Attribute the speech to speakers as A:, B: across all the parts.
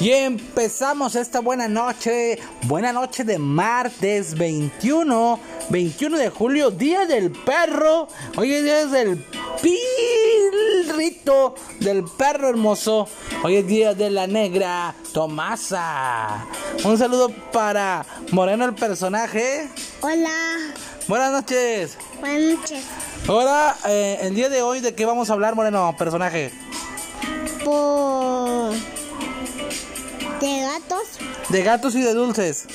A: Y empezamos esta buena noche, buena noche de martes 21, 21 de julio, día del perro. Hoy es día del pirrito, del perro hermoso. Hoy es día de la negra Tomasa. Un saludo para Moreno el personaje.
B: Hola,
A: Buenas noches.
B: buenas noches.
A: Ahora, eh, el día de hoy, ¿de qué vamos a hablar, Moreno, personaje?
B: Por... ¿De gatos?
A: De gatos y de dulces.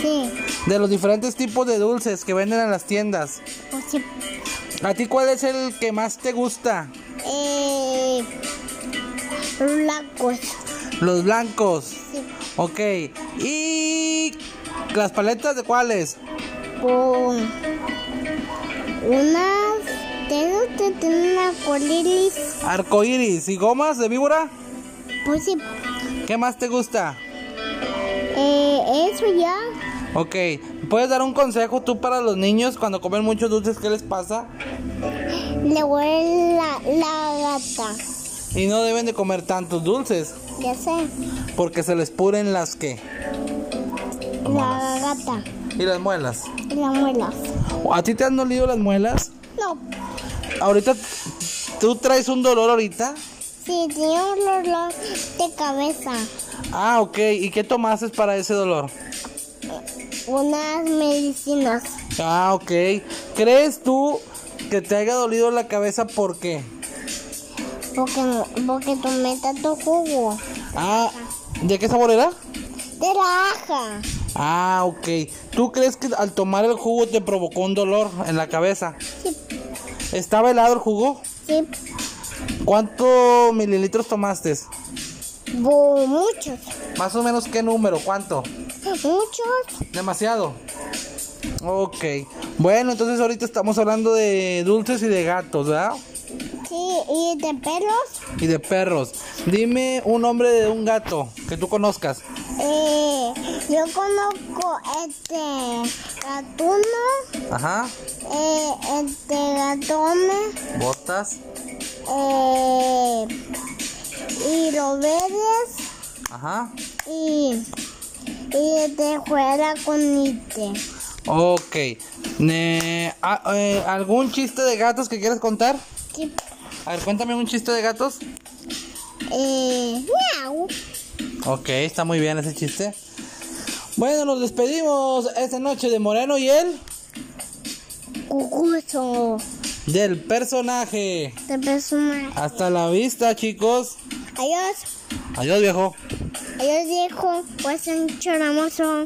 B: Sí.
A: De los diferentes tipos de dulces que venden en las tiendas.
B: O pues sí.
A: ¿A ti cuál es el que más te gusta?
B: Eh... Blancos.
A: Los blancos.
B: Sí.
A: Ok. ¿Y las paletas de cuáles?
B: Por... Unas... Tengo que tener una colilis.
A: Arcoíris y gomas de víbora.
B: Pues sí.
A: ¿Qué más te gusta?
B: Eh, eso ya.
A: Ok. ¿Puedes dar un consejo tú para los niños cuando comen muchos dulces? ¿Qué les pasa?
B: Le huele la, la gata.
A: Y no deben de comer tantos dulces
B: Ya sé.
A: porque se les puren las que.
B: La gata.
A: Y las muelas.
B: Y la muelas.
A: ¿A ti te han dolido las muelas?
B: No.
A: Ahorita tú traes un dolor ahorita.
B: Sí, tiene un dolor de cabeza.
A: Ah, ok. ¿Y qué tomaste para ese dolor?
B: Unas medicinas.
A: Ah, ok. ¿Crees tú que te haya dolido la cabeza por qué?
B: Porque, porque tomé tanto jugo.
A: Ah, ¿de qué sabor era?
B: De la aja.
A: Ah, ok. ¿Tú crees que al tomar el jugo te provocó un dolor en la cabeza?
B: Sí,
A: ¿Estaba helado el jugo?
B: sí.
A: ¿Cuántos mililitros tomaste?
B: Bu- muchos.
A: Más o menos qué número, cuánto.
B: Muchos.
A: Demasiado. Ok. Bueno, entonces ahorita estamos hablando de dulces y de gatos, ¿verdad?
B: Sí, y de pelos.
A: Y de perros. Dime un nombre de un gato que tú conozcas.
B: Eh, yo conozco este gatuno,
A: Ajá.
B: eh, este gatome,
A: Botas.
B: eh, y los verdes,
A: Ajá.
B: y, y te juega con este.
A: Ok. Ne- ah, eh, ¿Algún chiste de gatos que quieras contar?
B: Sí.
A: A ver, cuéntame un chiste de gatos.
B: Eh, miau.
A: Ok, está muy bien ese chiste. Bueno, nos despedimos esta noche de Moreno y él
B: Cucuso.
A: del personaje.
B: Te presuma.
A: Hasta la vista, chicos.
B: Adiós.
A: Adiós, viejo.
B: Adiós, viejo. Pues un choramoso.